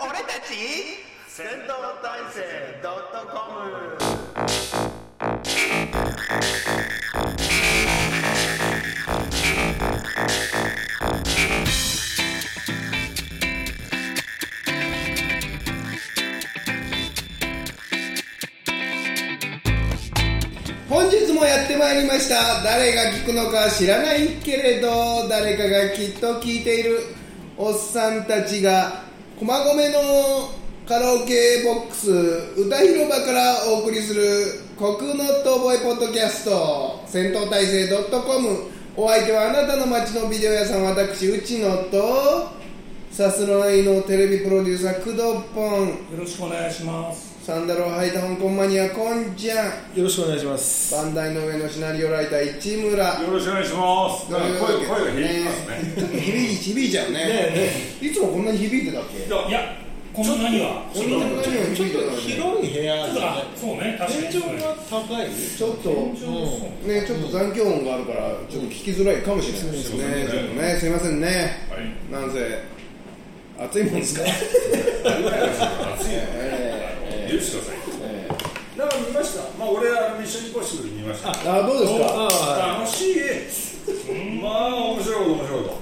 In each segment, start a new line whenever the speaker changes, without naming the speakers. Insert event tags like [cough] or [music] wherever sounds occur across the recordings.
たち戦闘体制ドットコム
本日もやってまいりました誰が聞くのか知らないけれど誰かがきっと聞いているおっさんたちが駒込のカラオケボックス歌広場からお送りする「コクノットボイポッドキャスト」戦闘体制 .com お相手はあなたの街のビデオ屋さん私内野とさすらいのテレビプロデューサー工藤ポン
よろしくお願いします。
サンダルを履いた香港マニアこんちゃん
よろしくお願いします。
バンダイの上のシナリオライター市村
よろしくお願いします。
というわ
声
けで
声が響きますね。
ちょっと響い響いちゃうねいつもこんなに響いてたっけ
いや、こんなには。
こんなに響いてたのね
広い部屋
ちょっとあそうね、確かに。
天井が高い
ちょっとねちょっと残響音があるからちょっと聞きづらいかもしれないですよねちょっとねすいませんねなんせ暑いもんですから
許してください。なんか見ました。まあ俺はあのミッションインポッシブル見ました。
あどうですか
楽しい。まあ面白いこと面白いこと。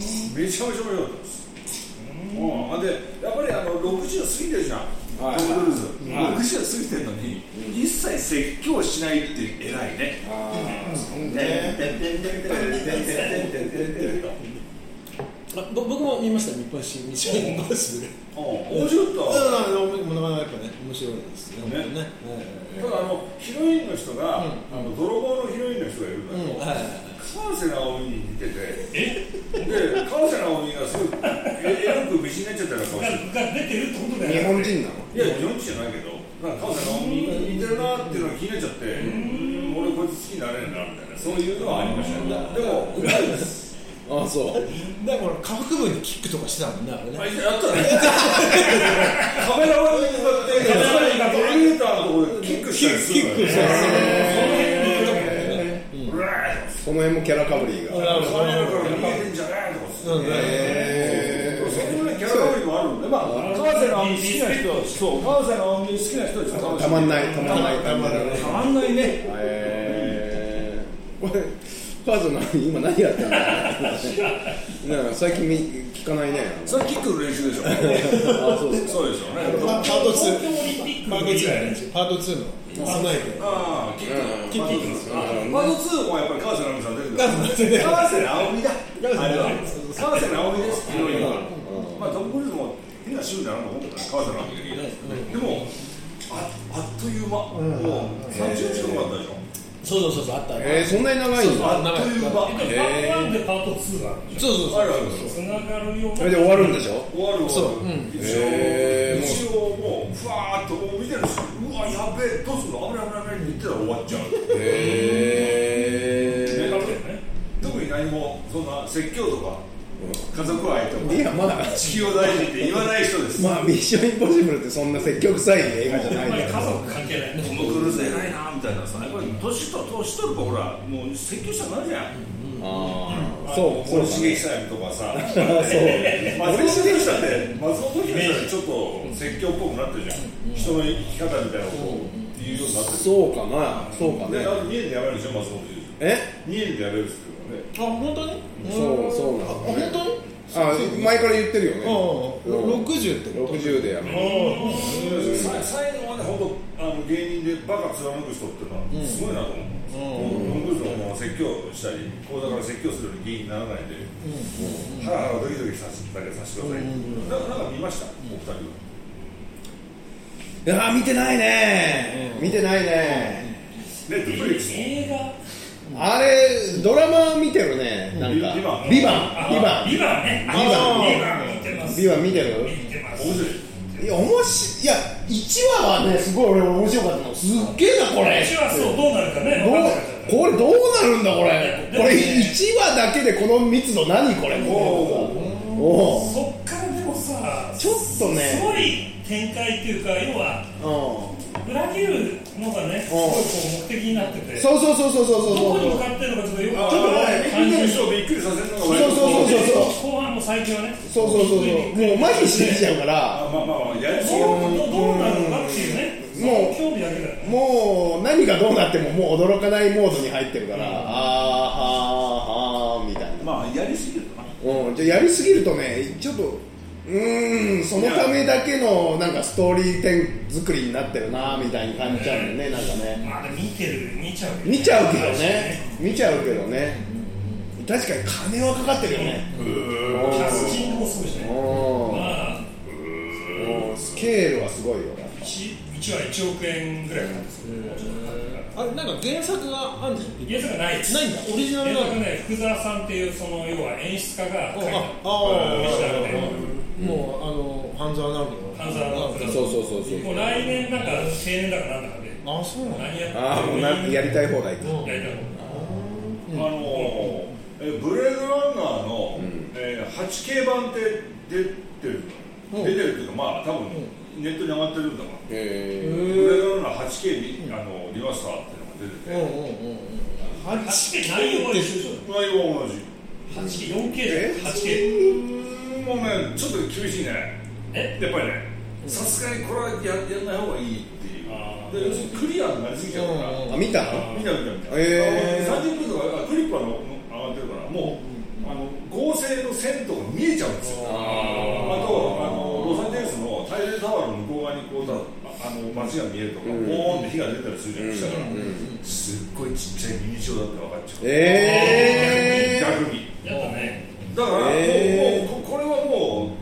めちゃめちゃ面白かったです。うん。あでやっぱりあの六十過ぎてるじゃん。トム・クルーズ、60過ぎてるのに、一切説教しないって偉いね。
あぼ僕も見ました日本史ミッションインポッシブル
うん面白かった。
うんなかなかやっぱね面白いですね
ね
本当ね
ただあのヒロインの人が、あの泥棒のヒロインの人がいるんだけど、
はい
川瀬直美に似ててで川瀬直美がすごいえエロく美人になっちゃったような顔してる
がが出てるってことだ
日
よね。
本人なの
いや日本人じゃないけどなんか川瀬直美に似てるなっていうのが気になっちゃってうーん俺こいつ好きになれるなみたいなそういうのはありましたねでもうまいです
あそう
だから下腹部にキックとかしてたもんねあれね
あやったねカメラマンに向かってカメラマンがエレベーターのところでキックしたりするのよねうわー
この辺もキャラかぶりが
金だから見えてんじゃねえとかそんなキャラ通りもあるんでまあ川瀬の青み好きな人そう川瀬の青み好きな人たちも楽した
まんないたまんないたまんない
たまんないね
えーこれカーズな今何やってんだなんか最近み聞かないね
それキックの練習でしょ
あそうです
そうでしょうね
パート
東京
2
オリンピッ
パー
ク
ト
以来ね。
2パート2の備えて
ああキックキックです
なるほど
ワード2もやっぱり川瀬直美さん出てくる川瀬直美だあれは川瀬直美ですっていうのがまあトム・クルーズも変な州だなと思ってた川瀬直美がいいでもああっという間もう30近くあったでしょ
そうそうそうそうあった
えー、そんなに長いんだ
あっとい
えっと
う間
パート1でパート2があるでし
そうそう
あ
そ
るあ
う
る
ょ。つながるよう
そ
な
れで終わるんでしょ
終わる終わる一応、
へー
一応もうふわーっともう見てるんですようわやべえどうすんの危ない危ない危ないって言ってたら終わっちゃう
へ
感じだよね。
特に何もそんな説教とか家族愛とか
いやまだ
地球を大事にって言わない人です、
まあ「ミッションインポッシブル」ってそんな積極臭い映画じゃ
あ
ない
んまり
か
家
ら
族関係ないね。
トム・クルーズ偉いなみたいなさやっぱり年と年取るとほらもう説教者になるじゃん
そうそう
森
だ
重
ね
久彌とかさ [laughs]
あ [laughs] そう
松本清さんって松本清さんってちょっと説教っぽくなってるじゃん、人の生き方みたいなことを言うようになってる
そうかなそうか
で、
ね
あと2年でやめるでしょ、松本清さん。
え
2年でやめるですけどね。
あ本当に
そうそうなの
あ本
ね
当に
あ前から言ってるよね
うんうん60ってこと
60でやめる
さ最後まで本当あの芸人でバカ貫く人っていうのはすごいなと思う。ロングズの説教したり、こうだから説教するように芸人にならないで、ハラハラドキドキさせたりさせてください。なんかなんか見ました、お二人は。
あ見てないね見てないね
ネットフリックスも。
映画。
あれドラマ見てるねなんか
ビバン
ビバンビバン
ビバンね。
バ
ビ
ン
ビバン見てます。
ビバン見てる
見てます。
面白い。
いや面白いいや1話はねすごい俺面白かったのすっげえなこれ
私はそうどうなるかね。
どう
わかんなかった
これどうなるんだこれこれ1話だけでこの密度何これ
お
おう
そっからでもさ、
ちょっとね
すごい展開っていうか要は
う
裏切るのがね、すごいこう目的になってて、
そうそうそうそうそうそう
ど
そ
こ
う
に向かってるのかちょっとよくわ
あ
かんない
ーみ
感
んなの
じ
人をびっくりさせるのが
そう
割と
そうそうそう
後半も最近はね、
そうそうそうもう麻痺してきちゃうから
あまあまあまあやり
ど
そう
うどうどうなるのかっていうね、
もう
その興味だけだよね。
もう何がどうなってももう驚かないモードに入ってるから、あーはーはーみたいな、
まあやりすぎるとな
うん、じゃあやりすぎるとねちょっとうーんそのためだけのなんかストーリー展作りになってるなみたいに感じちゃうんだよねなんかね
まあでも見てる、見ちゃうよね
見ちゃうけどね見ちゃうけどね確かに金はかかってるよね
キャスティングもすごいしね。
う
まあ、
んうんスケールはすごいよ
1, 一話1億円ぐらいなんですけど、もうちょっとかかってるから。
あれなんか原作があるんじゃん
原作がないです。
ないんだオリジナル
原
なの
作ね、福沢さんっていう、その、要は演出家が書いた
ああ
オリジナルで
もうあの半沢直樹の
半沢直樹
そ
だ
うそうそうそう
もう来年なんか定年だかなんだかで、
あそうなの
何やって
ああもうなやりたい放題
やりたいこと
あのーえブレードランナーの、えー 8K 版って出てる、
うん
出てるっていうかまあ多分ネットに上がってるんだわ、
へ
ブレードランナー 8K リ,、あのリマスターっていうのが出てて、
うんうんうんうん
8K 内容は一緒でし
内容は同じ
ょ 8K、4K で 8K
うーんもうねちょっと厳しいね
え
やっぱりねさすがにこれはややんない方がいいっていう
あ
で要するにクリアになりすぎちゃうから、
うん
ーあ見たの
見た見た見た、
へー
あの30分とかあクリップはの上がってるからもう、あの合成の線とか見えちゃうんですよあとあのロサンゼルスのタイレルタワーの向こう側にこうだああの街が見えるとか、ボーンって火が出たりするじゃないですか、すっごいちっちゃいミニチュアだって分かっちゃう、
えー
逆に
やっぱね
だから、
えー
もうもうここれはも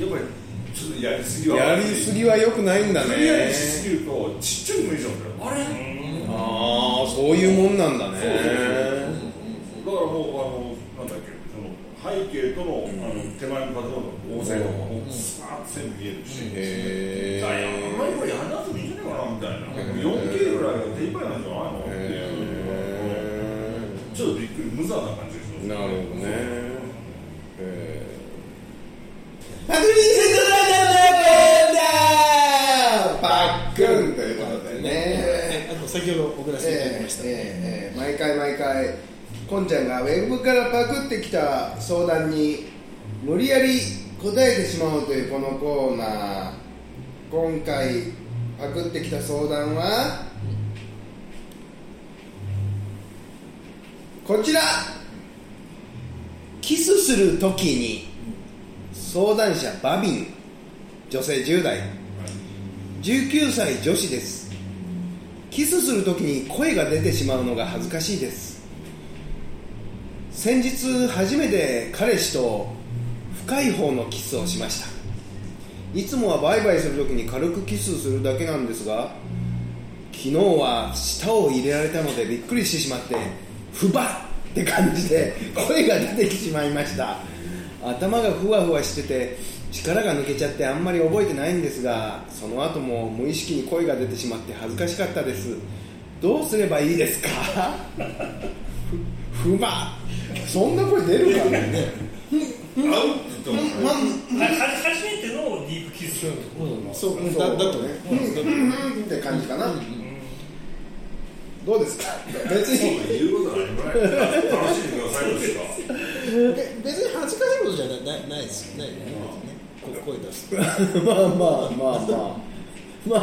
うやっぱりちょっとやりすぎは
やりすぎは良くないんだ
クリア
ね
にしすぎるとちっちゃく見えちゃうんだよあれ
ああそういうもんなんだね
だからもうあのなんだっけその背景との,、あの手前の建物の合成とかもスパーッと全部見えるし、
へ
だからや
え
あんまりこれやんなくてもいいんじゃないかなみたいな、4K ぐらいが手いっぱいなんじゃないのっていう、ちょっとびっくり無残な感じですよ
なるほどねパクリンセントライダーパックンということでね
えあと先ほど送らせていただきました
ええええ毎回毎回こんちゃんがウェブからパクってきた相談に無理やり答えてしまおうというこのコーナー今回パクってきた相談はこちらキスするときに相談者バビン女性10代19歳女子ですキスするときに声が出てしまうのが恥ずかしいです先日初めて彼氏と深い方のキスをしましたいつもはバイバイするときに軽くキスするだけなんですが昨日は舌を入れられたのでびっくりしてしまってふばって感じで声が出てきてしまいました頭がふわふわしてて力が抜けちゃってあんまり覚えてないんですがその後も無意識に声が出てしまって恥ずかしかったですどうすればいいですかふふばそんな声出るかね
合うって言ってもね
はは初めてのディープキスするってこと
うんそう
うん
だだとね
うんうんって感じかな、どうですか別に
言うことは何もない楽しんでくださいよしか
で別に恥ずかしいことじゃないないないですよねこ声出す
まあまあまあまあ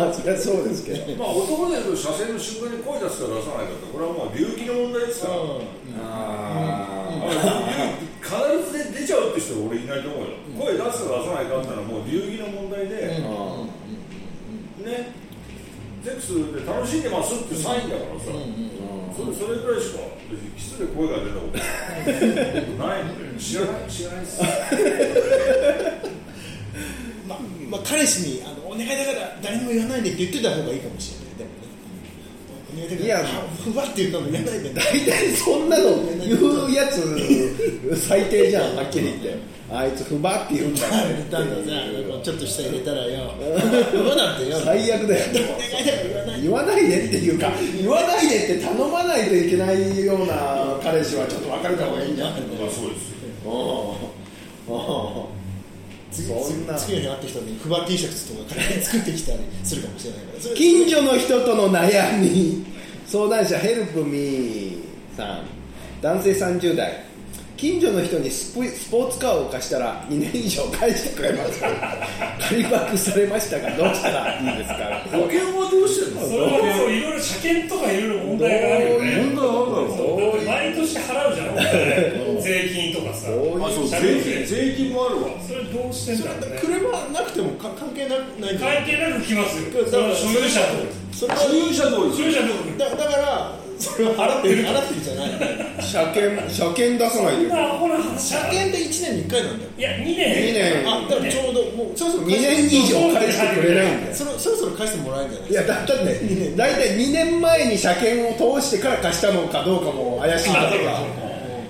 まあそりゃそうですけど
まあ男でいうと車線の瞬間に声出すか出さないかってこれはもう流気の問題ですから、
あ
必ず出ちゃうって人は俺いないと思うよ、声出すか出さないかってのはもう流儀の問題で、
ああ
ねセックスで楽しんでますってサインだからさ、それそれぐらいしか別にキスで声が出たことないんで知らない知らないっす
ままあ彼氏にあの「お願いだから誰にも言わないで」って言ってた方がいいかもしれないでもねお願いだから
いや
ふわって言うのも言わないで
大体そんなの言うやつ最低じゃんはっきり言ってあいつ不馬って言うんだ
あ入れたんだじゃあちょっと下入れたら [laughs] よふわだってよお願い
最悪だよ
だから言わな
言わな
い
いでっていうか言わないでって頼まないといけないような彼氏はちょっと別れた方がいいんじゃない
まあそうですよ
おうおう
次
そんな
次の日会った人に不破 T シャツとかから作ってきたりするかもしれないからそれ
近所の人との悩み相談者ヘルプミーさん男性30代近所の人にスポスポーツカーを貸したら2年以上返してくれま [laughs] した借りバックされましたがどうしたらいいですか
保険はどうしてんの
それはもういろいろ車検とかいろいろ問題があるよね
問題あるだろ
だって毎年払うじゃん税金とかさ
うあそう
車
税
検
金税金もあるわ
それどうしてんだろうね
車なくてもか関係なないから
関係なく来ますよ
だから
所有者と
それは
所有者同
所
士
有者とか
だだからそれは払ってる払ってるじゃない
車検車検出さない
そんなアホな話
車検で1年に1回なんだよ
いや
2
2年
年
あだからちょうどもうそろそろ
2
返して
年以上返してくれないんだよ
そろそろそろ返してもらえるんじゃない
いやだってね大体2年前に車検を通してから貸したのかどうかも怪しいんだ
あ
か
そう
ら
か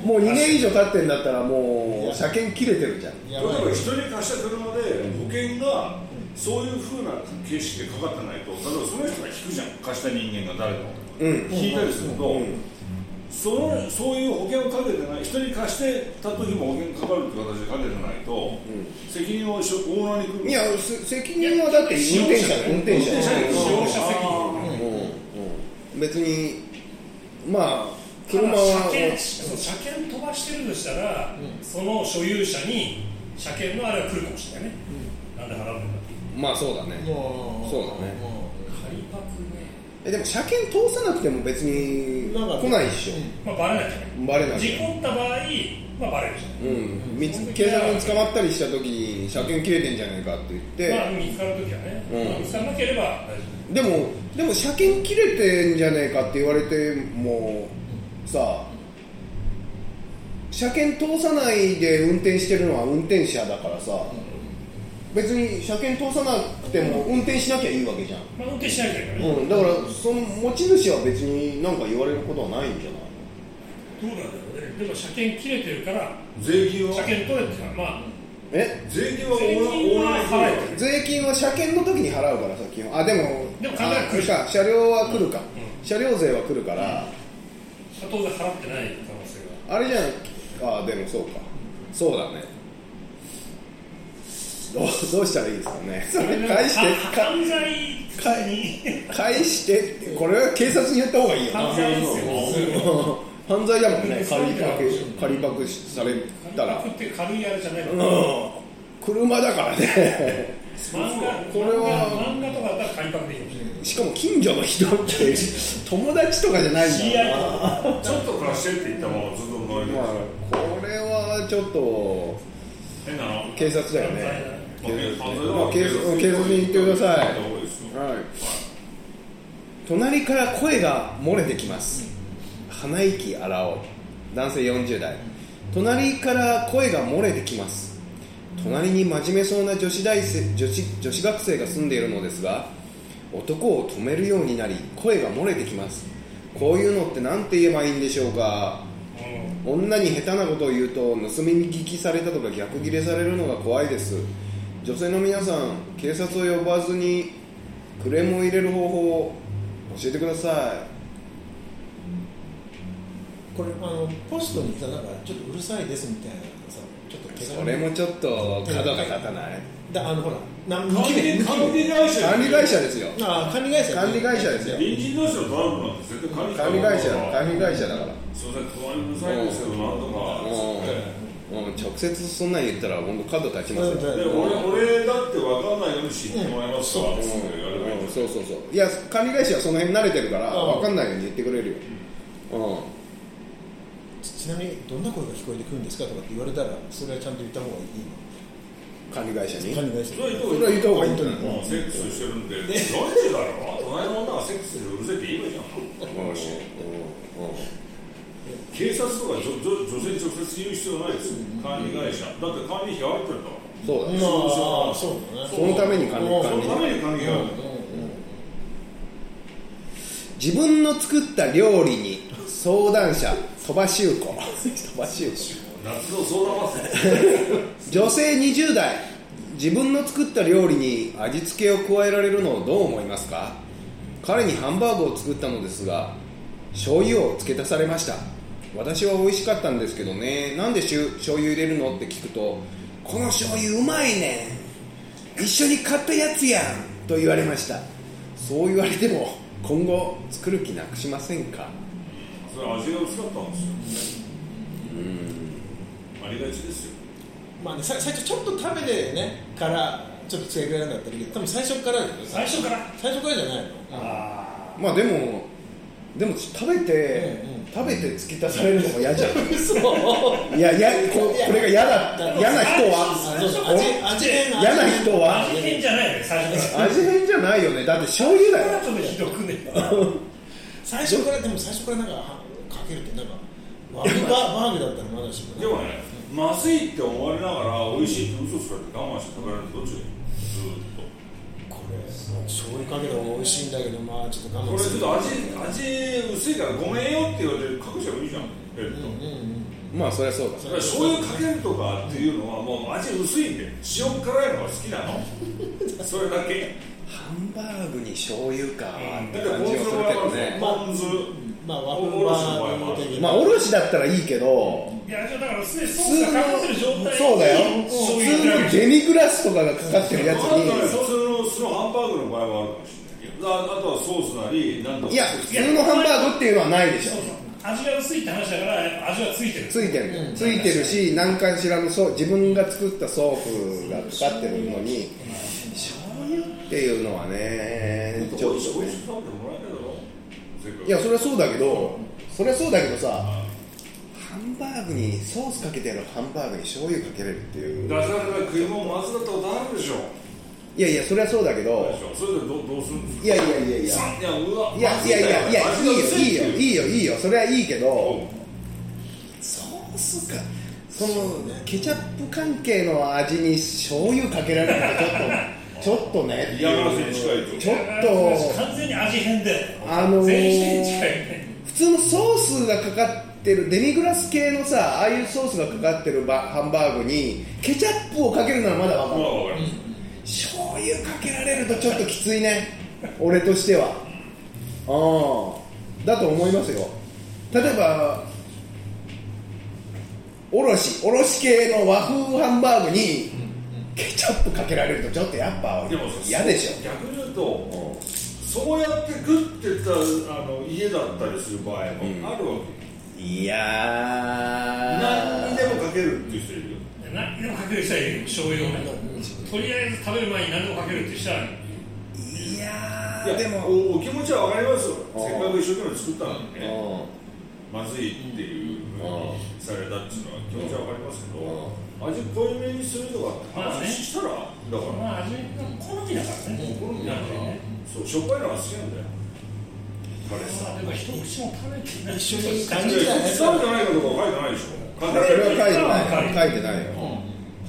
もう2年以上経ってんだったらもう車検切れてるじゃん
や
例えば
ばい
人に貸した車で保険がそういうふうな形式でかかってないと例えばその人が引くじゃん貸した人間が誰かを、引いたりすると、そのそういう保険をかけてない人に貸してた時も保険かかるって形でかけてないと、責任をしょオーナーに来る
いやせ責任はだって運転者だよ運転者
運転者だよ
使用者責任
別にまあ
ただ
車
車
は
検そう車検飛ばしてるとしたら、その所有者に車検のあれが来るかもしれないね、なんで払うんだって
まあそうだね
も
そうだね
も
仮パクね、
えでも車検通さなくても別に
うなんか
来ないでし
まあ、バレないじゃない
ょバレない
事故った場合、まあ、バレるじ
うんみつ警察に捕まったりした時に車検切れてんじゃないかって言っ
ゃない、
て
まあ、見つかるときはね、
うん
見つからなければ大丈
でもでも車検切れてんじゃねえかって言われてもさ車検通さないで運転してるのは運転者だからさ別に車検通さなくても運転しなきゃいいわけじゃん
夫、まあ、運転しないといけないからね、
うん、だからその持ち主は別に何か言われることはないんじゃない
どうなんだろうね、でも車検切れてるから、
税金は
車検取れてるから、まあ、
え
税金はオ
税
ーナー
金
オーナ
は
ーに来
払
る
えてる、
税金は車検の時に払うからさ基本あでも
でも考えたら
あ
来る
か車両は来るか、
う
車両税は来るから、
まあ当然払ってない可能性が。
あれじゃんあでもそうかそうだねどうどうしたらいいですかねそれ返して
か
か
犯罪に
返してってこれは警察にやった方がいいよな
犯罪ですよ、
犯罪だもんね借りパク借りパクされたら
軽くって軽いあれじゃないの、
うん車だからね
漫画
これは
漫画漫画とかだったら紙パクでいいかもしれない
しかも近所の人って友達とかじゃないん
知
だ
り
よ
合いとか
ちょっと貸してって言ったままずっと乗り
まあこれはちょっと
変なのまあ
警察だよね
警察
まあ警察警察に言ってくださいはい隣から声が漏れてきます鼻息荒尾男性40代隣から声が漏れてきます隣に真面目そうな女子大生女子女子学生が住んでいるのですが男を止めるようになり声が漏れてきますこういうのって何て言えばいいんでしょうか女に下手なことを言うと盗み聞きされたとか逆ギレされるのが怖いです女性の皆さん警察を呼ばずにクレームを入れる方法を教えてくださ
これあのポストにさなんかちょっとうるさいですみたいなさちょっと
い
手
それもちょっと角が立たない
だあのほらな
管
無期限
理
無期
管
限
理会社
管理会社ですよ
あ管理会社
管理会社ですよ
隣人同士のトラブルなんて絶対管理
管理会社
だ
管理会社だから
すいません隣うるさいんですけどなんとかつって
うん直接そんなん言ったら本当角立ちますよ
うん
で俺俺だって分かんないように知ってもらいますからつってやればいい
うんそうそうそういや管理会社はその辺慣れてるから
うん
分かんないように言ってくれるようん
ちちなみにどんな声が聞こえてくるんですかとかって言われたらそれはちゃんと言った方がいい
管理会社
の
に
管理会社
それは言った
それ
方が
はい
い
言った方がいいと思う
もうセックスしてるんで何時だろう隣の女はセックスしてうるせえって言えばいいじゃん
うんうんうん
警察とか女女女性に直接言う必要ないですよ管理会社だって管理費払ってるんだから
そうだね
まあそうだね
そのために管理
うん
管
そ
理
のために管理費払ってる
自分の作った料理に相談者 [laughs] 鳥羽修子鳥羽修子
夏の相談バス
女性20代自分の作った料理に味付けを加えられるのをどう思いますか彼にハンバーグを作ったのですが醤油を付け足されました私は美味しかったんですけどねなんでしゅ醤油入れるのって聞くとこの醤油うまいねん一緒に買ったやつやんと言われましたそう言われても今後作る気なくしませんか
それ味が薄かったんですようんありがちですよ
まあね、さ最初ちょっと食べてねからちょっと違いなんだったらいいけど多分最初からだよね
最初から
最初からじゃないの
あ
まあでもでも食べて、
うんうん
食べて突き出されるのも嫌じゃん
嘘
いやいやここれが嫌だった嫌な人
あそうそう
は
味味変
お嫌な人
あ
は
味変じゃないのよ最初から
味変じゃないよねだって醤油
これ
だ
は
よ
ちょっとひどくね
最初からでも最初からなんかはかけるってなんかバーグバーグだったらまだしも
で
ね
もねまずいって思われながら美味しいって嘘つかれて我慢して食べられるのどっちがいいずーっと
これ醤油かけた方が美味しいんだけどまあちょっと
こ
我
れ
慢
ち
す
ょっ
る
と味味薄いからごめんよって言われて隠してもいいじゃんえっと、
まあそりゃそうだ
だから醤油かけるとかっていうのはもう味薄いんで塩辛いのが好きなのそれだけ
ハンバーグに醤油かって
だって
感
ポ
じ
ン
がす
酢
る
の場
け
合
ど
はね
ね
ポン酢
まあ和
お
風
ろ
バ
しの場合
ー
もあ
グ
る
的
まあおろしだったらいいけど
いやだからすでにソ
普
ース
通
がかかってる状態
の
に
そうだよ
醤
普
油入れ
通
られる
のデミグラスとかがかかってるやつ
あとはね
に
普通のそのハンバーグの場合はあるかもしれないけどああとはソースなりなんだ
いや普通のハンバーグっていうのはないでしょ
味が薄いって話だから味はついてる
ついてる、ついてるし何かしらのそう自分が作ったソープがかかってるのに醤油っていうのはねち
ちょ
ょ
っと美
っ
味し
とね
く食べてもらえるだろせっかく
いやそれはそうだけどそれはそうだけどさハンバーグにソースかけてのハンバーグに醤油かけれるっていう
出された食い物まずかったことあるでしょ
いやいやそれはそうだけど
それでどどうするんですか
いやいやいやいや
さいやうわ
いやいやいやいや
味
いい
が
よ
薄
いいよ
ってう
いいよいいよそれはいいけ
うん
どソースかそのケチャップ関係の味に醤油かけられるとちょっとちょっとねっていう
嫌がらせに近いと
ちょっと
完全に味変だよ
あのー
全員近いね
普通のソースがかかってるデミグラス系のさああいうソースがかかってるバハンバーグにケチャップをかけるならまだわかる
まあわかります
醤油かけられるとちょっときついね俺としてはうんだと思いますよ例えばおろしおろし系の和風ハンバーグにケチャップかけられるとちょっとやっぱ
でも
嫌でしょ
逆に言うとそうやって食ってたあの家だったりする場合もあるわ
い
け、何
や
にでもかけるっていう人いるよ
何でもかける人はいる醤油をねとりあえず食べる前に何でもかけるって人はいる
ーいや
いや
ーでも
おお気持ちはわかりますよ
ん
せっかく一生懸命作ったのにね
うん
まずいっていうふうにされたっていうのは気持ちはわかりますけど味濃いめにするとかって
まあね
話したらだから
まあ味が好みだからね
好みだから
なるほどね
そうしょっぱいのが好きなんだよ彼氏さ
まあでも一口も食べてない
一緒に感
ん
じたね
伝わってないことが書いてないでしょ
それは書いてない書いてないよ、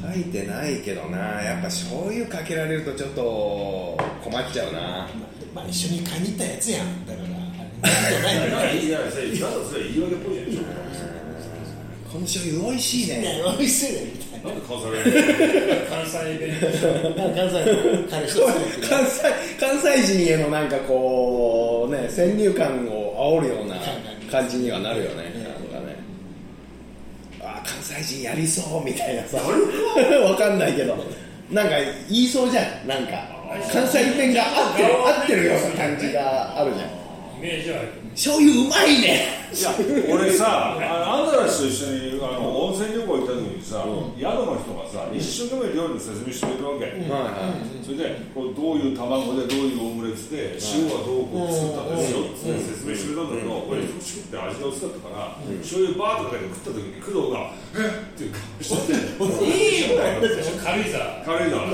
書いてないけどなやっぱ醤油かけられるとちょっと困っちゃうな
まあ一緒にカニったやつやんだからあれじゃないの
いやいやそれだとそれ言い訳っぽいじゃないでし
この醤油美味しい
いや
ね
美味しいねみたい
ょなんで顔されるの
関西弁として
な関西の彼氏と
関西関西人へのなんかこうね先入観を煽るような感じにはなるよねなんかねあー関西人やりそうみたいなさ [laughs] わかんないけどなんか言いそうじゃんなんか関西弁が合ってる合ってるような感じがあるじゃん
イメージはある
醤油うまいね
いや俺さあのあんたたちと一緒にあの温泉旅行行った時にさ、宿の人がさ一生懸命料理の説明してくれるわけ、それでこうどういう卵でどういうオムレツで塩はどうこう作ったんですよって説明してくれたんだけど俺美味しくて味が薄かったから醤油バーッとかけて食った時に工藤が「えっ!」っていう顔して「いいんだよ」って
軽井沢
軽井沢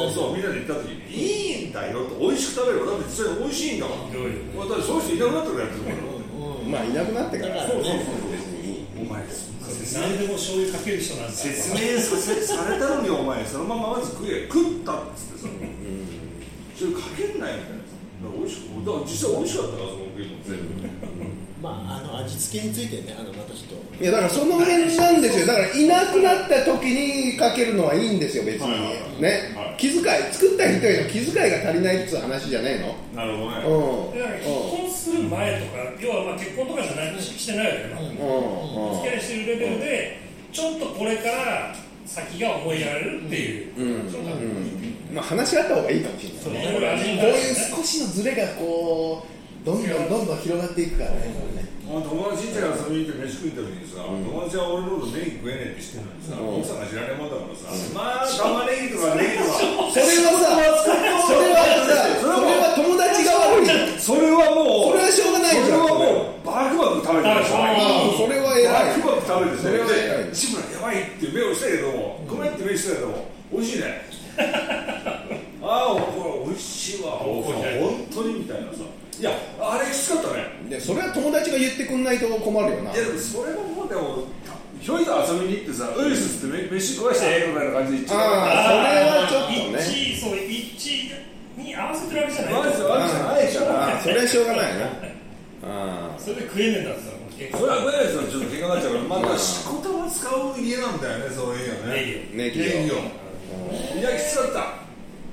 あのそうみんなで行った時に「いいんだよ」って美味しく食べればだって実際に美味しいんだから
どういう
まあだってそういう人いなくなってくるやつもん
まあいなくなってから
そうそうそう別にお前説
何でも醤油かける人なんだ
説明させされたのにお前そのまままず食え食ったっつってさそれかけんないみたいなだから美味しくだから実際美味しかったからその食い物全部
まああの味付けについてねあのまたちょっ
い
と
やだからその辺なんですよだからいなくなった時にかけるのはいいんですよ別に、
はいはいはい
ね、
はい
気遣い作った人への気遣いが足りないっつう話じゃねえ
なるほどね
のうん
だから結婚する前とか要はまあ結婚とかじゃないししてないよねまだ
うんうん
付き合いしてるレベルでちょっとこれから先が思いやられるっていう、そうか
まあ、話し合った方がいいかもしれ
そう
ない
いろいろ味
こう
になるよ
いう
ね
少しのズレがこうどんどんどんどん広がっていくからね
あ友達ん家に遊びに行って飯食いに行った時にさ、友達は俺のことネギ食えねえって知ってるのにさ、奥さんが知らないもんだからさ、まあ玉ねぎとかネギとか
それはさそれはさそれは友達が悪いよ
それはも
そ
う
れはしょうがないじゃん
それはもうバクバク食べてる
あ
ああそれは偉い
バクバク食べて
それは偉い
で志村やばいって目をしたけどもごめんって目したけども美味しいねああこれ美味しいわ
怒りたい
本当にみたいなさいやあれきつかったね
でそれは友達が言ってくんないと困るよない
やでもそれももうでもひょいと遊びに行ってさ「ウイルス」ってめ飯食わしてええみたいな感じで言っちゃう
ああそれはちょっとね
一そう一に合わせてるわけじゃない
マジで悪じゃないじゃん
ああそれはしょうがないなあ
それで食えねえんだってさもう結構
それは食えないですよちょっと結果になっちゃうからまたしこたま使う家なんだよねそういうの
ね
あね
ねいやいいよいやきつかった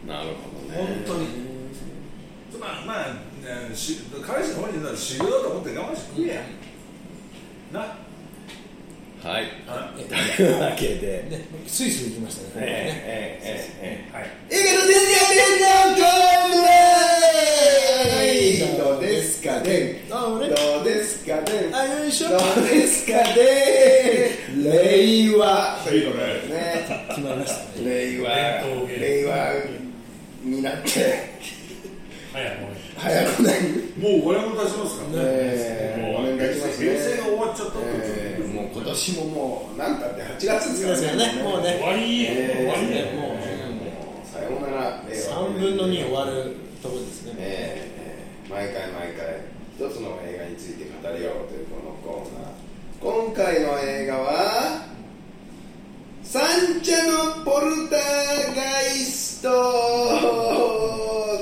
なるほど
本
ね
当に。まあまあ、ね、し彼氏の本人なら修行だと思って我慢して食えや。な、
はい [laughs]
あ
え
というわけで
ね、スイス行きましたね
え
今
え
回ね、
ええええ
はい
映画の全然全然どうですかね
あ俺
どうですかね
あよいしょ
どうですかね令和
いいのね。
ね
決まりましたね
令和
伝統芸能
令和になって
早くもう
早くない
もう五年も経ちますからね。
えーお願いしますね
平成が終わっちゃったってこと
えーもう今年ももう何たって8月ですからね
もう
終
ね
わり終わりだよ
もう
もうさようなら令和
3分の2終わるとこですね
ええ毎回毎回一つの映画について語り合おうというこのコーナー今回の映画は「サンチャのポルターガイスト」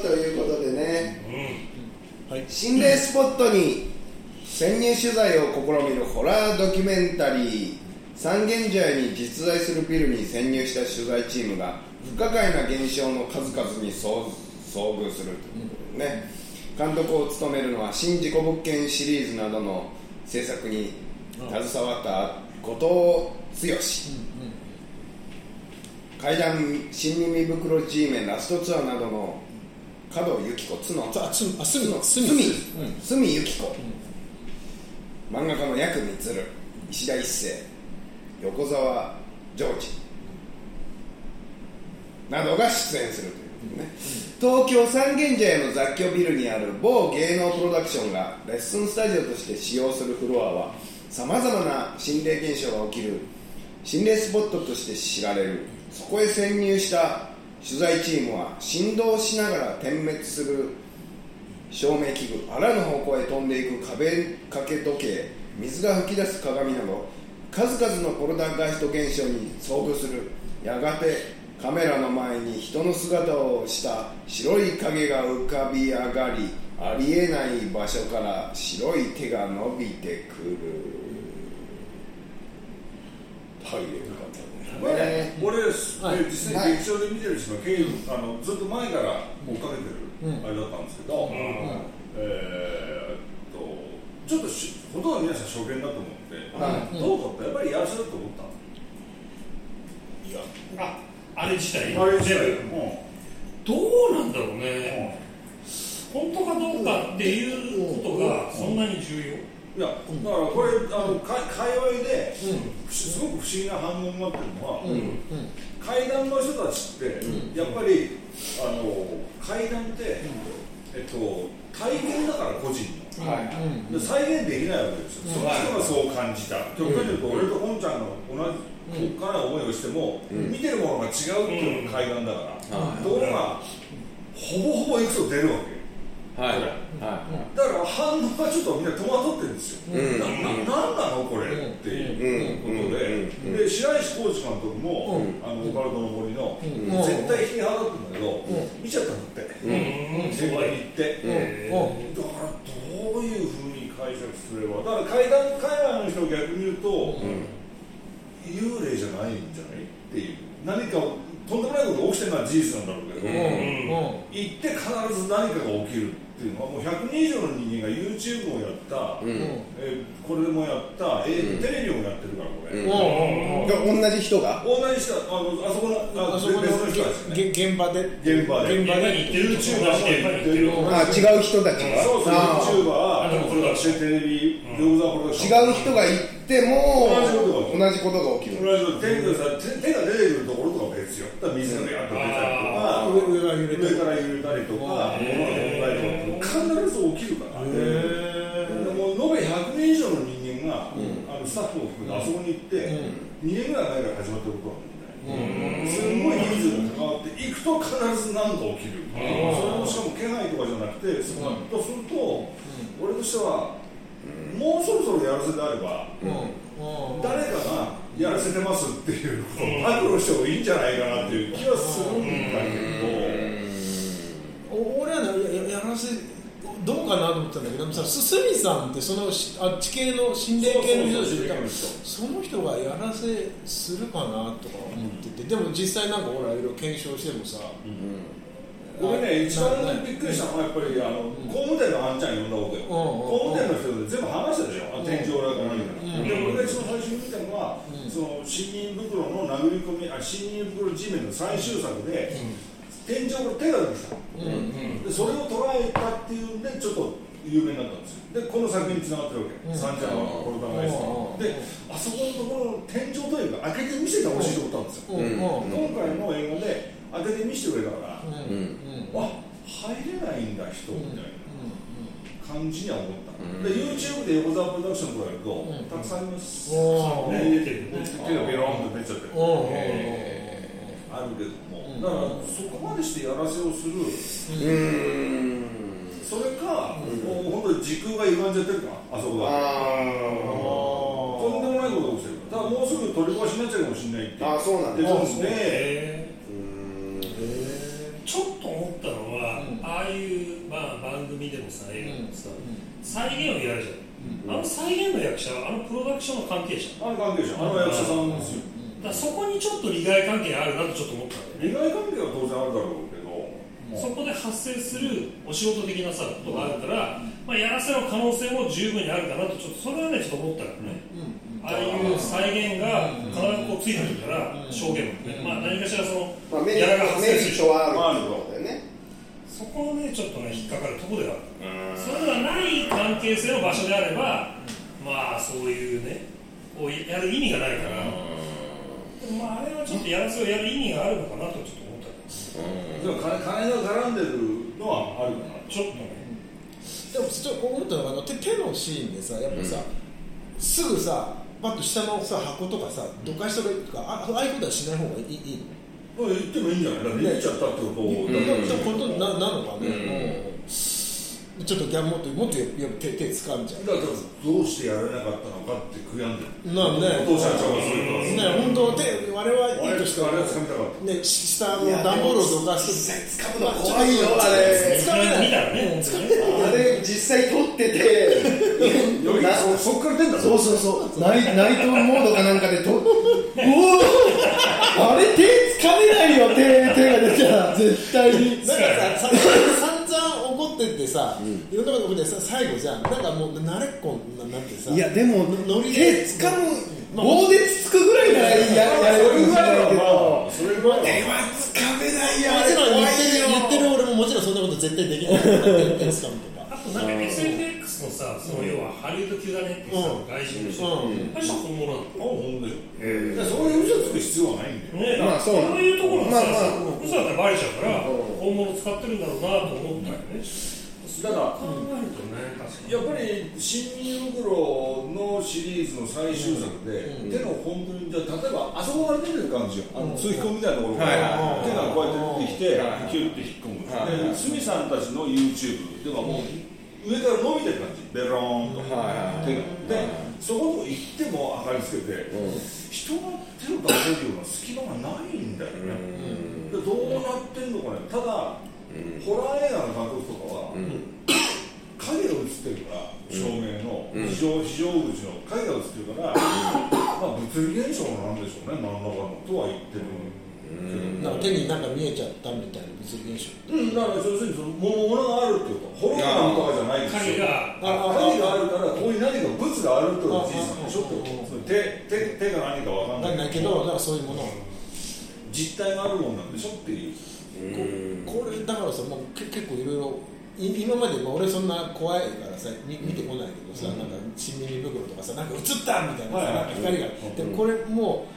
ということでね
はい
心霊スポットに潜入取材を試みるホラードキュメンタリー三軒茶屋に実在するビルに潜入した取材チームが不可解な現象の数々に遭遭遇するということでね、監督を務めるのは「新事故物件」シリーズなどの制作に携わった後藤剛、怪談新耳袋 G メンラストツアーなどの加藤由紀子角
あすあすみの
す
すみ
み、すみゆき子、漫画家のヤクミツル、石田一生、横澤ジョージなどが出演するということね、東京三軒茶屋の雑居ビルにある某芸能プロダクションがレッスンスタジオとして使用するフロアは、さまざまな心霊現象が起きる心霊スポットとして知られる、そこへ潜入した取材チームは振動しながら点滅する照明器具あらぬ方向へ飛んでいく壁掛け時計水が噴き出す鏡など数々のポルターガイスト現象に遭遇するやがてカメラの前に人の姿をした白い影が浮かび上がりありえない場所から白い手が伸びてくるということでね
俺、俺実
は
際
い
劇場で見てる人は、経由あのずっと前から追っかけてるあれだったんですけど、えーっとちょっとしほとんど皆さん初見だと思って、どうだったやっぱりやらせだと思った。
ああれ自体
あれ自
全
体
部
うん
どうなんだろうね、本当かどうかっていうことがそんなに重要、
いや、だからこれ、あのか界隈で、すごく不思議な反応になってるのは、階段の人たちって、やっぱりあの階段って、えっと、体験だから個人の、
はいはい
で再現できないわけですよ、その人がそう感じた、極端に言うと、俺と本ちゃんの同じ、おっかない思いをしても、見てるものが違うっていうのが階段だから、
はい
ところが、ほぼほぼいくつも出るわけ。
はいは
だから反応がちょっとみんな戸惑ってるんですよ、なななんなのこれ、っていうことで、で白石浩二監督も、あのオカルトの森の、
うん
絶対批判だったんだけど、見ちゃったんだって、先輩に行って、
お
だからどういうふうに解釈すればだから階段界隈の人を逆に言うと、幽霊じゃないんじゃないっていう何かとんでもないことが起きてるのは事実なんだろうけど、
うん
行って必ず何かが起きるっていうのはもう100人以上の人間が YouTube をやった、えーこれもやった、えーテレビもやってるからこれ、
うん
が同じ人が
同じ人あのあそこのあ
あそこで
別の人たちね
げ現場で
現場で
現場で
行ってる YouTuber してる行ってる
あ違う人たちが
そうそう
あ
YouTuber
あでもプロダクション
テレビ餃子プロダクション
違う人が行っても同じことが起きる
同じこと手がさ手手が出てくるところとかは別よだから水がやっと出
あ
たりとか
ー上上が揺れて
上から揺れたりとか物が飛んだりとか必ず起きるからでもう延べ100人以上の人間が、あのスタッフを含めてあそこに行って、2年ぐらい前から始まってることなんで、すごい人数が関わって行くと必ず何か起きる、それもしかも気配とかじゃなくてそうとすると、俺としては、もうそろそろやらせであれば、誰かがやらせてますっていうこの暴露してもいいんじゃないかなっていう気はするんだけ
お俺はなやややらせどうかなと思ったんだけどさす鷲見さんってそのしあっち系の心霊系の
そうそう
人
そう心霊系の
で
人
その人がやらせするかなとか思ってて、でも実際なんかほらいろいろ検証してもさ、
ど、俺ね、一番
なんか
びっくりしたのは、やっぱりあの工務店のあんちゃん呼んだわけよ、
う
工
んうん
務店の人で全部話したでしょ、あ天井裏から何から、で俺が一番最初に見たのは、その新人袋の殴り込み、あ新人袋地面の最終作で、天井から手が出てきたの。でそれを捉えたっていうんでちょっと有名になったんですよでこの作品につながってるわけ、サンジャーはこれ考えてたであそこのところの天井というか開けて見せてほしいと思ったんですよ、
うんうんうん
今回の映画で開けて見せてくれたから、あ入れないんだ人みたいな感じには思った、で YouTube で横澤プロダクションとかやると、たくさんあります、
おー
出てるね
手がベロンって出ちゃってる
おー
あるけども、だからそこまでしてやらせをする、それか、もう本当に時空が歪んじゃってるから、あそこが、とんでもないことが起きてるから、だからもうすぐ取り壊しになっちゃうかもしれないって、
あそうなんだ
でそうで
えーちょっと思ったのは、ああいう、まあ、番組でもさ映画でもさ、再現をやるじゃん、あの再現の役者はあのプロダクションの関係者
あの関係者、あの役者さんですよ、
だからそこにちょっと利害関係あるなとちょっと思ったんだよね
利害関係は当然あるだろうけど、
そこで発生するお仕事的なさことがあるから、まあ、やらせの可能性も十分にあるかなとちょっとそれはねちょっと思ったからね、ああいう再現が必ずこうついてくるから、証言もね、まあ、何かしらその、
まあメリ
やらが発生
ッ
する
トはあるってことだよね
そこをねちょっとね引っかかるところではあるそれがない関係性の場所であれば、まあそういうねをやる意味がないから、でもまああれはちょっとやらせをやる意味があるのかなとちょっと思ったんです
でも金金が絡んでるのはあるかな。
ちょっとね
でもちょっと思ったのがあの手手のシーンでさやっぱさ、すぐさパッと下のさ箱とかさどかしとかとかあああいうことはしない方がいいいいの
まあ言ってもいいんじゃないだって言っちゃったってことを、
だからそういうことにななのかね、うんちょっとギャンもっともっとやっぱ手手掴んじゃう
だからどうしてやられなかったのかって悔やんでる
なんね
お父社長がそういうことです
ね本当手我々はいいとして
あれは掴みたかっ
ねし下の段ボールをどかして
掴むの怖いよあれ
掴めない
見たらね
掴めない
あれ実際撮っててな
たそっから出んだ
そうそうそうナイナイトモードかなんかでとうおーあれ手つかめないよ手手が出ちゃう絶対に
なんかさ、さ散々怒ってってさ、いろんなこと起きてさ、最後じゃん、なんかもう慣れっこになってさ、
いやでも
ノリ
手
で
つかむ棒でつつくぐらいならややれるんだろうけど
それぐらいは
手はつかめないよ
も
あれ
ちろん
怖
言って
い
る
よ
言ってる俺ももちろんそんなこと絶対できない。手掴むとか。
あとなんか SFX のさ、その要はハリウッド級だねってさ、
うん
外人の人、
うん
大した本物なの。
あ本当だよ、だからそういう嘘つく必要はないんだよ
ね
まあそう
そういうところがさ、
まあま
嘘だったらバレちゃうから、本物使ってるんだろうなと思ったよね。
だから
考えるとね、
やっぱり「新入袋」のシリーズの最終作で、手の本当にじゃあ例えばあそこから出てる感じよあの通気口みたいなところから、手がこうやって出てきて、キュッて引っ込む、で鷲見さんたちの YouTube ではもう、上から伸びてる感じベローンと、手がでそこのとこ行っても明かりつけて、人が手を出せるような隙間がないんだよね、でどうなってんのかねただ、ホラー映画の監督とかは、影が映ってるから照明の非常非常口の
[coughs]
影が映ってるから、まあ物理現象なんでしょうね真ん中のとは言ってる、
なんか手になんか見えちゃったみたいな物理現象
うん、だから要するにその物物があるっていうか滅びたものとかじゃないです
影
よ
が
ああ
何があるからこういう何か物があるっていうのは事実なんでしょ
ああああ
それ手手手が何かわかんな
ないんだけどだからそういうものを
実体があるもんなんでしょっていう
ここれだからさもうけ結構いろいろい今まで、まあ、俺そんな怖いからさみ見てこないけどさ、なんか新耳袋とかさなんか映ったみたい
は
なさ、
いはい
なんか光が、でもこれも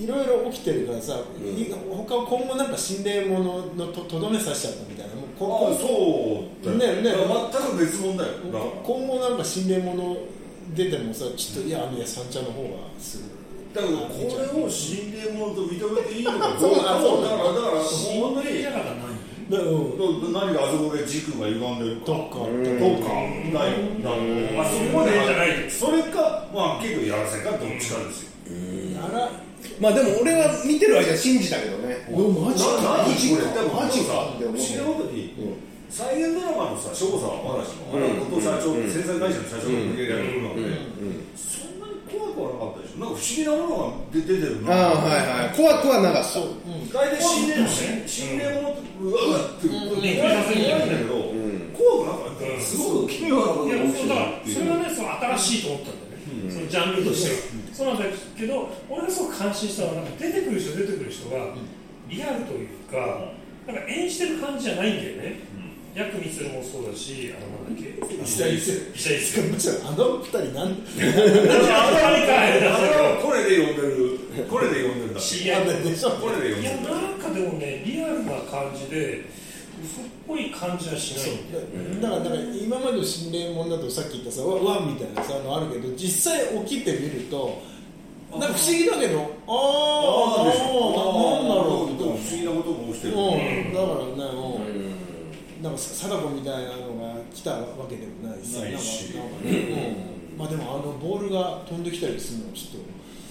ういろいろ起きてるからさ、い他今後なんか心霊もののととどめさせちゃったみたいなもう
ああ
こ
そうだよ
ね
だ
ね
から全く別物だよだから
こ今後なんか心霊もの出てもさちょっといやあのやさんちゃんの方がすぐ
だけどこれを心霊ものと認めていいのかど
そうう
か
だそう
だ
だ
からだから
心
本当
霊
に
じゃがたない
だからうん
何があそこで軸が歪んでるか
どっか
どうかないよだからあそこまで
じゃない
それかまあ結構やらせかどっちかですよ
あら
まあでも俺は見てる間信じたけどね
マジかマジかマジか
って
不思
思う
議なことに、再現ドラマのさ省吾さんはまだしも、あれは後藤社長、制作会社の社長がやってくるので、そんなに怖くはなかったでしょなんか不思議なものが出出てる
あ
な
あはいはい怖くはなかった
大体心霊心心霊ものってうわうわって怖い怖い怖いんだけど、怖くなかったすごく奇妙なこと
いや
が起
そ
き
う
て
だ
る
から
って
それはねその新し
いう
いと思ったんだよね、そのジャンルとしては、そうなんだけど俺がすごく感心したのはなんか出てくる人出てくる人がリアルというか、なんか演じてる感じじゃないんだよね、ヤクミツルもそうだしあのなんだっけ
石田一世
石田一世
むしろあの二人なん
あの二人かい
あれはこれで呼んでるこれで呼んでるんだ
知
こ
り合い
なんでしょ
れで呼ん
い
で
や
るんだ
なんかでもねリアルな感じで嘘っぽい感じはしないんだよ
だからだから今までの心霊もんだとさっき言ったさわわみたいなさのあるけど実際起きてみるとなんか不思議だけどあ
ああ、なんだろう。不
あなんだろうみたい
思議なことも起きてる。
なうんだからねもうなんかさ貞子みたいなのが来たわけでもないし
ないし
なんかなんかねうんまあでもあのボールが飛んできたりするのはちょっ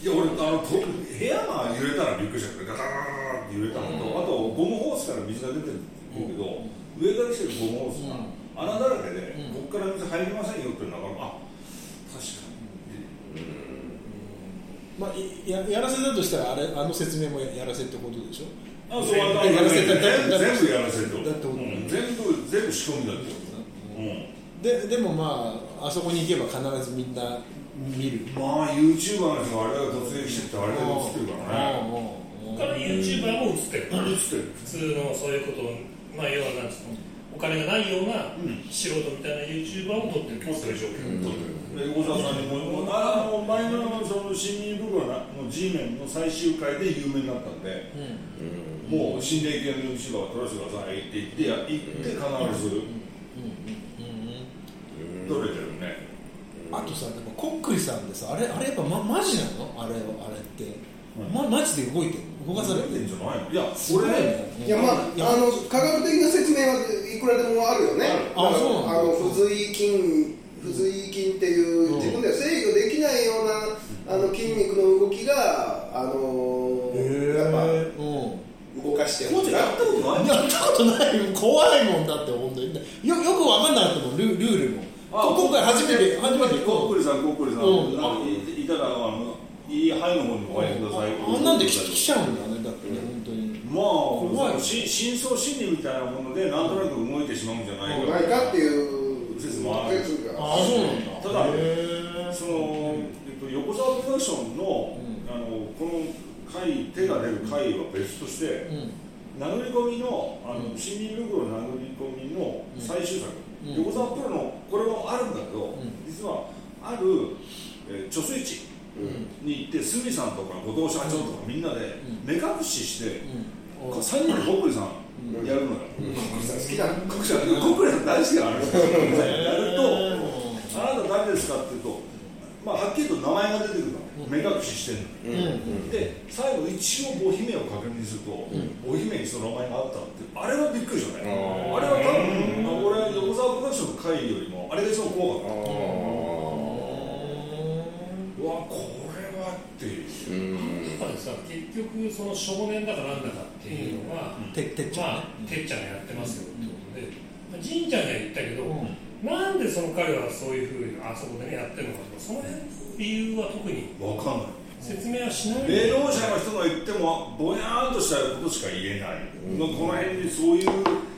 いや、俺、あの、と部屋が揺れたらびっくりしたけど、ガタガタガタって揺れたのと、あと、ゴムホースから水が出てるって言うけど、上から来てるゴムホースが穴だらけで、ここから水入りませんよっていうのが、あ、確かに。
とまあいややらせだとしたらあれあの説明もややらせってことでしょ
あ、そう、あ
やらせてだ
全部やらせると。
だって
うん全部、全部仕込みだってことね。
ででもまああそこに行けば必ずみんな見る
うん。まあ、YouTuber の人があれだけ突撃してって、あれだけ映ってるからね。
うんうんうん
他の YouTuber も映ってる
映ってる。
普通のそういうことをまあ要はなんつうのお金がないような素人みたいな YouTuber を撮ってるそういう状況を撮ってる
で大沢さんにももうあの前のその新入部分はもう G メンの最終回で有名になったんで、もう心霊系の YouTuber を撮らせてくださいって言ってや行って必ず撮れてるね、
あとさでもこっくりさんでさあれあれやっぱ、ま、マジなのあれあれって、ま、マジで動いてる動かされ
撮れ
て
て
る
んじゃないのいや
すごい
俺ね
ね
いやまあ、あの科学的な説明はいくらでもあるよね、
あ
だから
そうなんだ
あの不随意筋、不随意筋っていう、
うん
自分では制御できないようなあの筋肉の動きが、あのーやっ
うん
ぱ動かしてる
コーチやったことないんだ
やったことないよ怖いもんだって本当によよく分かんなかったもんルルールも
あ
こ今回初めて初めて
こっくりさんこっくりさん、
うん
なんかいいたらあのいい肺の方にお入りください
ああんなんで来来ちゃうんだねだってね本当に
まあ
怖い
し真相心理みたいなものでなんとなく動いてしまうんじゃない
ないかっていう
説もある
説が
ああそうなんだ
ただ
へ
その、えっと、横澤プロダクションの,、あのこの回手が出る回は別として、
えうん
殴り込みのあの、森林袋殴り込みの最終作、
うん
横澤プロのこれもあるんだけど、
ん
実はある、えー貯水池に行って鷲見さんとか後藤社長とかみんなで目隠しして、
うんお
最後にコックリさんやるのよ、
好きなの
コックリさんコックリさん大好きなのよやると
うん
あなた誰ですかって言うと、まあ、はっきりと名前が出てくるの、目隠ししてるの、で最後一応お姫を確認すると、お姫にその名前があったってあれはびっくりしたねあれは多分、俺は横澤プロダクションの回よりもあれが一番怖かったうわこれはっていう
やっぱりさ結局その少年だかなんだかっていうのは、
ててっちゃんね
まあてっちゃんがやってますよってことで、まあ、神社には行ったけど、なんでその彼はそういうふうにあそこでねやってるのかとかその辺の理由は特に
わかんない
説明はしない
霊能者の人が言ってもぼやーんとしたことしか言えないの、この辺にそういう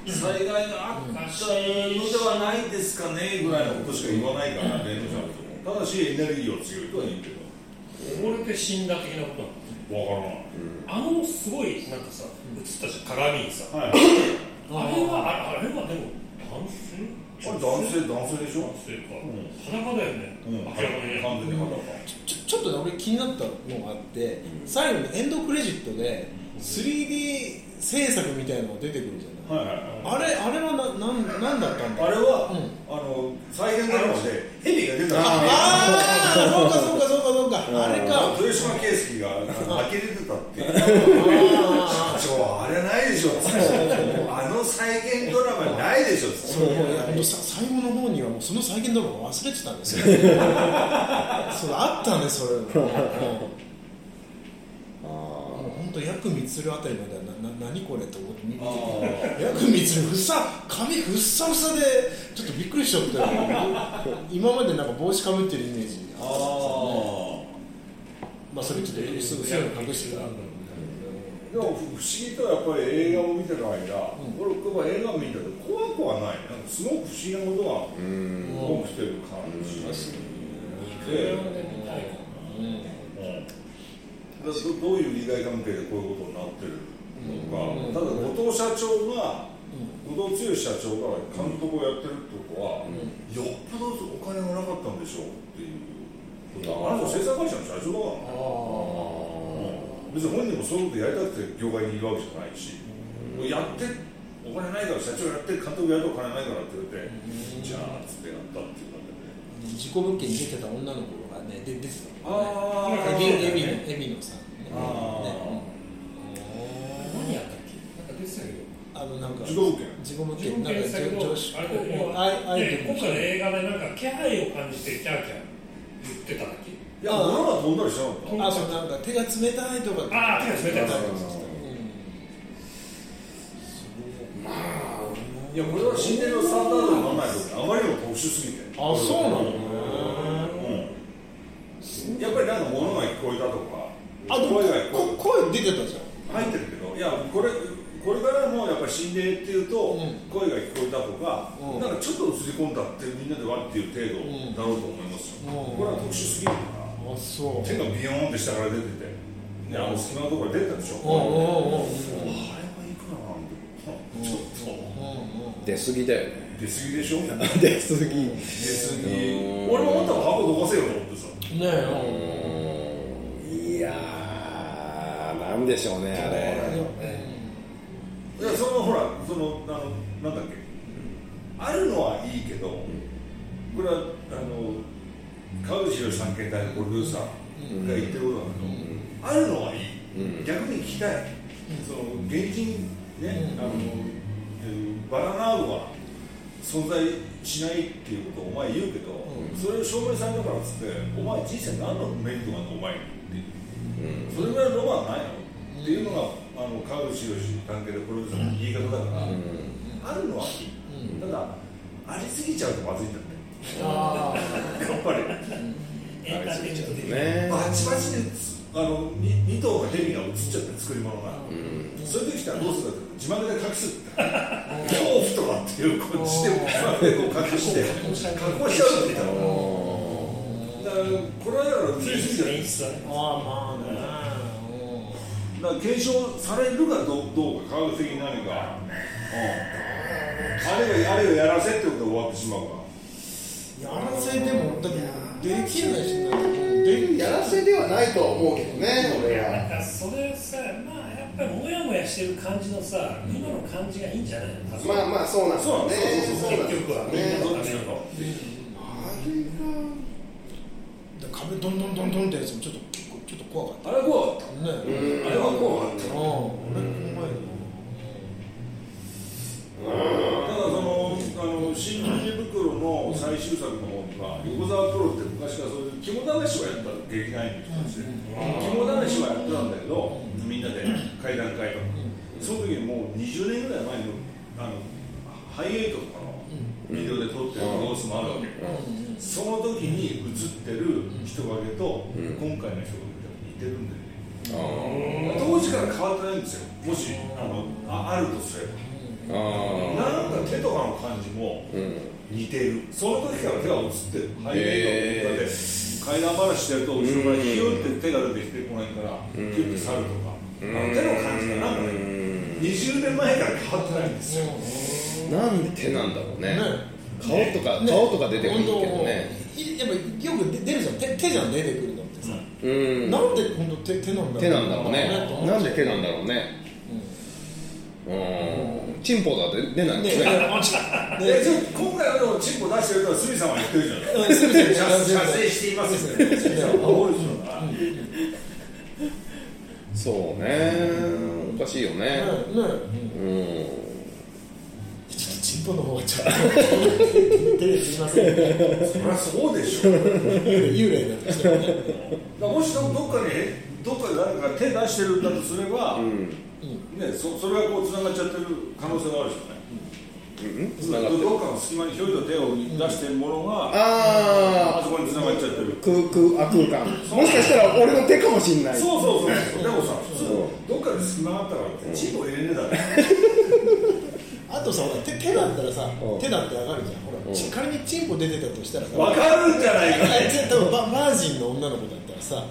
災害があったのではないですかねぐらいのことしか言わないから、霊能者の人もただしエネルギーを強いとは言うけど
溺れて死んだ的なことなの
わからない、
あのすごいなんかさ映ったじゃん鏡にさあ
は
[laughs]
い、
れはあれはでも男性
これ男性男性でしょ
男性か裸だよね
うん、
明ら
完
かにね
全に裸
ちょちょっとね俺気になったのがあって最後のエンドクレジットで 3D 制作みたいなのが出てくるじゃない
はいはいはい
あれあれはななんなんだったんだ
あれは、
うん
あの再現ドラマで蛇が出た
ああーそうかそうかそうかそうかあれか
豊島圭介
[laughs]
が呆れてたっていう
あ
ちょあれないでしょあの再現ドラマないでしょ
ーそういや本当さ最後の方にはもうその再現ドラマ忘れてた
[laughs]
んですよそれあったねそれも
あ
う本当ヤクミツルあたりまではなな何これと思って見て
あ
ヤクミツルふさ髪ふっさふさでちょっとびっくりしちゃったよ今までなんか帽子かぶってるイメージ
ああ
まあそれちょっとすぐ背を隠してた
でも不思議とやっぱり映画を見てる間、俺僕は映画を見てると怖くはないなんかすごく不思議なことが起きてる感じがするで、うんだからどどういう利害関係でこういうことになってるのか、ただ後藤社長が、後藤剛社長が監督をやってるってことは、よっぽどお金がなかったんでしょうっていうことあなた制作会社の社長だからね別に本人もそういうことやりたくて業界にいるわけじゃないし、やってお金ないから社長やって監督やるとお金ないからって言って、じゃあっつってやったっていう
事故物件に出てた女の子がねで出てたもんね
あ
エビエビのエビのさんね
あー
ね
何やったっけなんか出てたけど
あのなんか
自動券
自己物
自
件
分
なんか
検索
女子
あれだけど
あいあい
で今回の映画でなんか気配を感じてキャーキャー言ってただけ
いや物が飛んだりしなかった
あそうなんか手が冷たいとか
ああ手が冷たい
いやこれは心霊のスタンダードにならないとあまりにも特殊すぎて
あそうなの
うんやっぱりなんか物が聞こえたとか
あでも
声が聞こえた
こ声出てたじゃん
入ってるけどいやこれこれからもやっぱり心霊っていうと、
ん
声が聞こえたとか、
う
な
ん
んかちょっと映り込んだってみんなでわっていう程度だろうと思いますよ、
うん
これは特殊すぎるから
あそう
手がビヨーンって下から出てて、ね、あの隙間のところから出てたでしょ、
うんうんうんうん
あれはいくらなんて、ちょっ
あ出過ぎだよね
と出過ぎでしょ出過ぎ
出過ぎ
俺も思ったら箱どかせよと思ってさ
ねえ
いやーなんでしょうねあれ
いやそのほらそのあのなんだっけあるのはいいけど、これはあの川口博産経大のプロデューサーが言ってることなんだけど、あるのはいい、逆に聞きたい、その現金ね、あのえーバナナウは存在しないっていうことをお前言うけど、それを証明されたからっつってお前人生何のメリットがあるのお前にってそれぐらいのロマンないのっていうのがあの川口博関係でプロデューサーの言い方だから、あるのはいい、ただありすぎちゃうとまずいんだっ
あ
てやっぱり
エンターテインメントできる
ね
バチバチでつあの 2, 二頭が蛇が映っちゃって作り物が、そういう時ってのはどうするかって自慢で隠す恐怖とかっていうこっちでも自慢で隠して加工しちゃうみたいなだからこれはだから
そ
映
れ
りすぎじゃない
演出だね
あまあね
だから検証されるかどうどうか科学的に何か、うん、あれがあれをやらせってことで終わってしまうから
やらせでもだってできないしなで
やらせではないとは思うけどね俺
な
は
んかそれさまあやっぱりもやもやしてる感じのさ今の感じがいいんじゃないの多分
まあまあそうなんだよね
そう
そうなんだ
結局は
よ
みんな
ね
のために
壁ドンドンドンドンってやつもちょっと結構ちょっと怖かっ
あれは怖かった
ねうん
たあれは怖かった
あ俺怖い
ただそのあの新宿袋の最終作の方には横澤プロって昔からそういう肝試しはやったの劇団員の人たちで肝試しはやってたんだけどみんなで階段階段その時にもう20年ぐらい前のあのハイエイトとかのビデオで撮ってる様子もあるわけその時に映ってる人影と今回の人影ってるんだよね当時から変わってないんですよもしあのああるとすればなんか手とかの感じも似てる、その時から手が映ってる、はい
へー
だって怪談話してると後ろからヒュンって手が出てきてこないから、ヒュンって去るとか、あの手の感じがなんかね、20年前から変わってないんですよ、
なんで手なんだろうね
ね
顔とか、
ね
顔とか出てくるけどね
本当いやっぱよく出るじゃん手手じゃん出てくるのってさ、
うん
なんで本当手手なんだろう
手なんだろう
と
ね
思
な
っ
ん
ちゃ
で
う
手なんだろうねうんチンポだって出ないで
ね
すね
あ
でじゃあ今回あのチンコ出してるから鷲見さんは言ってるじゃない
うんすぐ手
射射精していますよね鷲見さんは守るでしょうから
そうねおかしいよね
ねね
うん
ちょっとチンポの方がちょっと手ですいません
そりゃそうでしょだか
幽霊になってきたよね
らもしどどっかにどっかで誰かが手出してるんだとすれば、ね、そそれがこうつながっちゃってる可能性があるでしょうね
つ
つな
な
が
がってて
っる
る
どっかの隙間にひょいと手を出してるものが、あ
あ
そこに繋がっちゃってる
ー、空空、あ、空間。もしかしたら俺の手かもしんない。
そうそうそうそうでもさ普通どっかで隙間があったからってチンコ入れねえだろ
あとさほら手手だったらさ手だってわかるじゃんほらち仮にチンポ出てたとしたらさ
わかるんじゃないか
あいつ多分ババージンの女の子だったらさ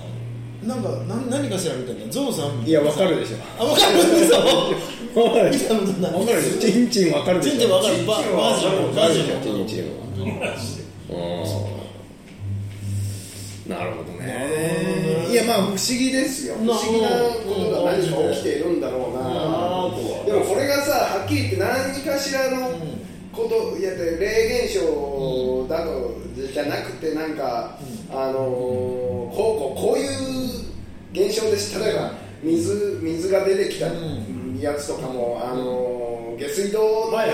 なんかな何かしらみたいなゾウさんみた
い
い
や、
な
わかるでしょ。
あわかるんで
わかるで
見
した
ことない
ょ。わかるでしょ。チンチンわかるでしょ。
全然わかるババージンのバージンの
チ
女の
ン
子
チンはうんなるほどね
いやまあ不思議ですよ不思議なことが何か起きているんだろうなでもこれがさはっきり言って何かしらのこといや霊現象だとじゃなくてなんかあのこうこうこういう現象です例えば水水が出てきたやつとかもあの下水道のあれ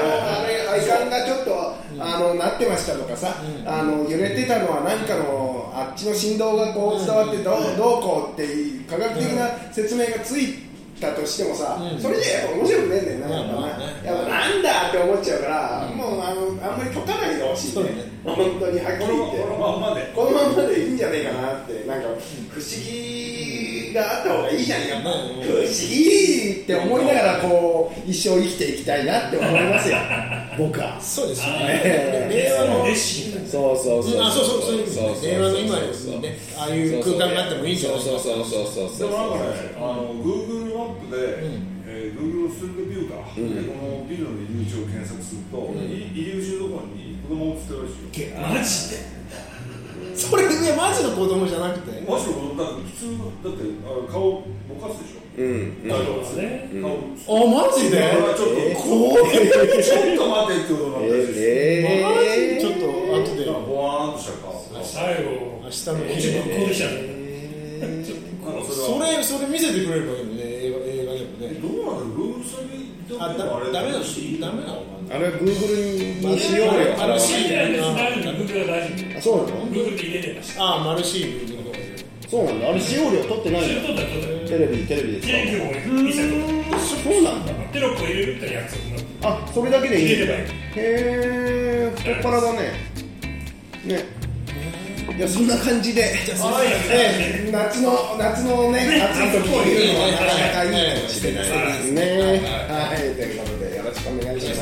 配管がちょっとあのなってましたとかさあの揺れてたのは何かのあっちの振動がこう伝わってどうどうこうっていう科学的な説明がついたとしてもさそれじゃやっぱ面白くねえんだよなやっぱな
まあまあね
やっぱなんだって思っちゃうからもうあのあんまり解かないでほしい
そう
ね
ね
本当にはっきり言って
このまんまで
このまんまでいいんじゃねえかなってなんか不思議があった方がいいじゃんやっぱ
まあ
不思議って思いながらこう一生生きていきたいなって思いますよ僕は
そうですよ
え
ね
え
令和の
熱心だ
そうそう
うんあそうそうそういう意味
そうそう
令和の今ですねああいう空間があってもいいんじゃないか
そうそうそうそうそう
で
そう
もなんかね、あの Google マップで、
ん
えー Google ストリートビューか、でこのビルの入り口を検索すると、い入り口のところに子供を映ってるらしいよ。
マジで
それねマジの子供じゃなくて
もしもだって普通だってあの顔ぼかすでしょ。
うんうん
大丈夫
そうね
顔
あマジで
ちょっと、
怖い
ちょっと待ってってことなんだし。
え
ちょっと後で
なんかボワーンとした顔。
最後
明日の記
落
事
ちぶっこんできたね
なんか
そ
は
れそれ見せてくれればいいのね映画映画でも
え
ね
どうなんだろう Google ストリートビュー
あだ
も
ダメ
れ
なの
し
ダメなのか
あれ Google にしようよ
あ
あ
の
いやいや大丈夫グーグルは大丈夫
そうなの
グーグルって入れてまし
なあマルシーブのとこで
そうなんだあれ使用料取ってな
た
い
それ
の
撮ったら撮った
テレビテレビです
テレビ局も見せる
かそうなんだ
テロップを入れるって約束になって
あそれだけでいいんだ
入れればい
へえ太
い
っ腹だねねいやそんな感じで
あ
ええ夏の夏のね暑い時に見るのはなかなかいいかもしれないですねはいということでよろしくお願いします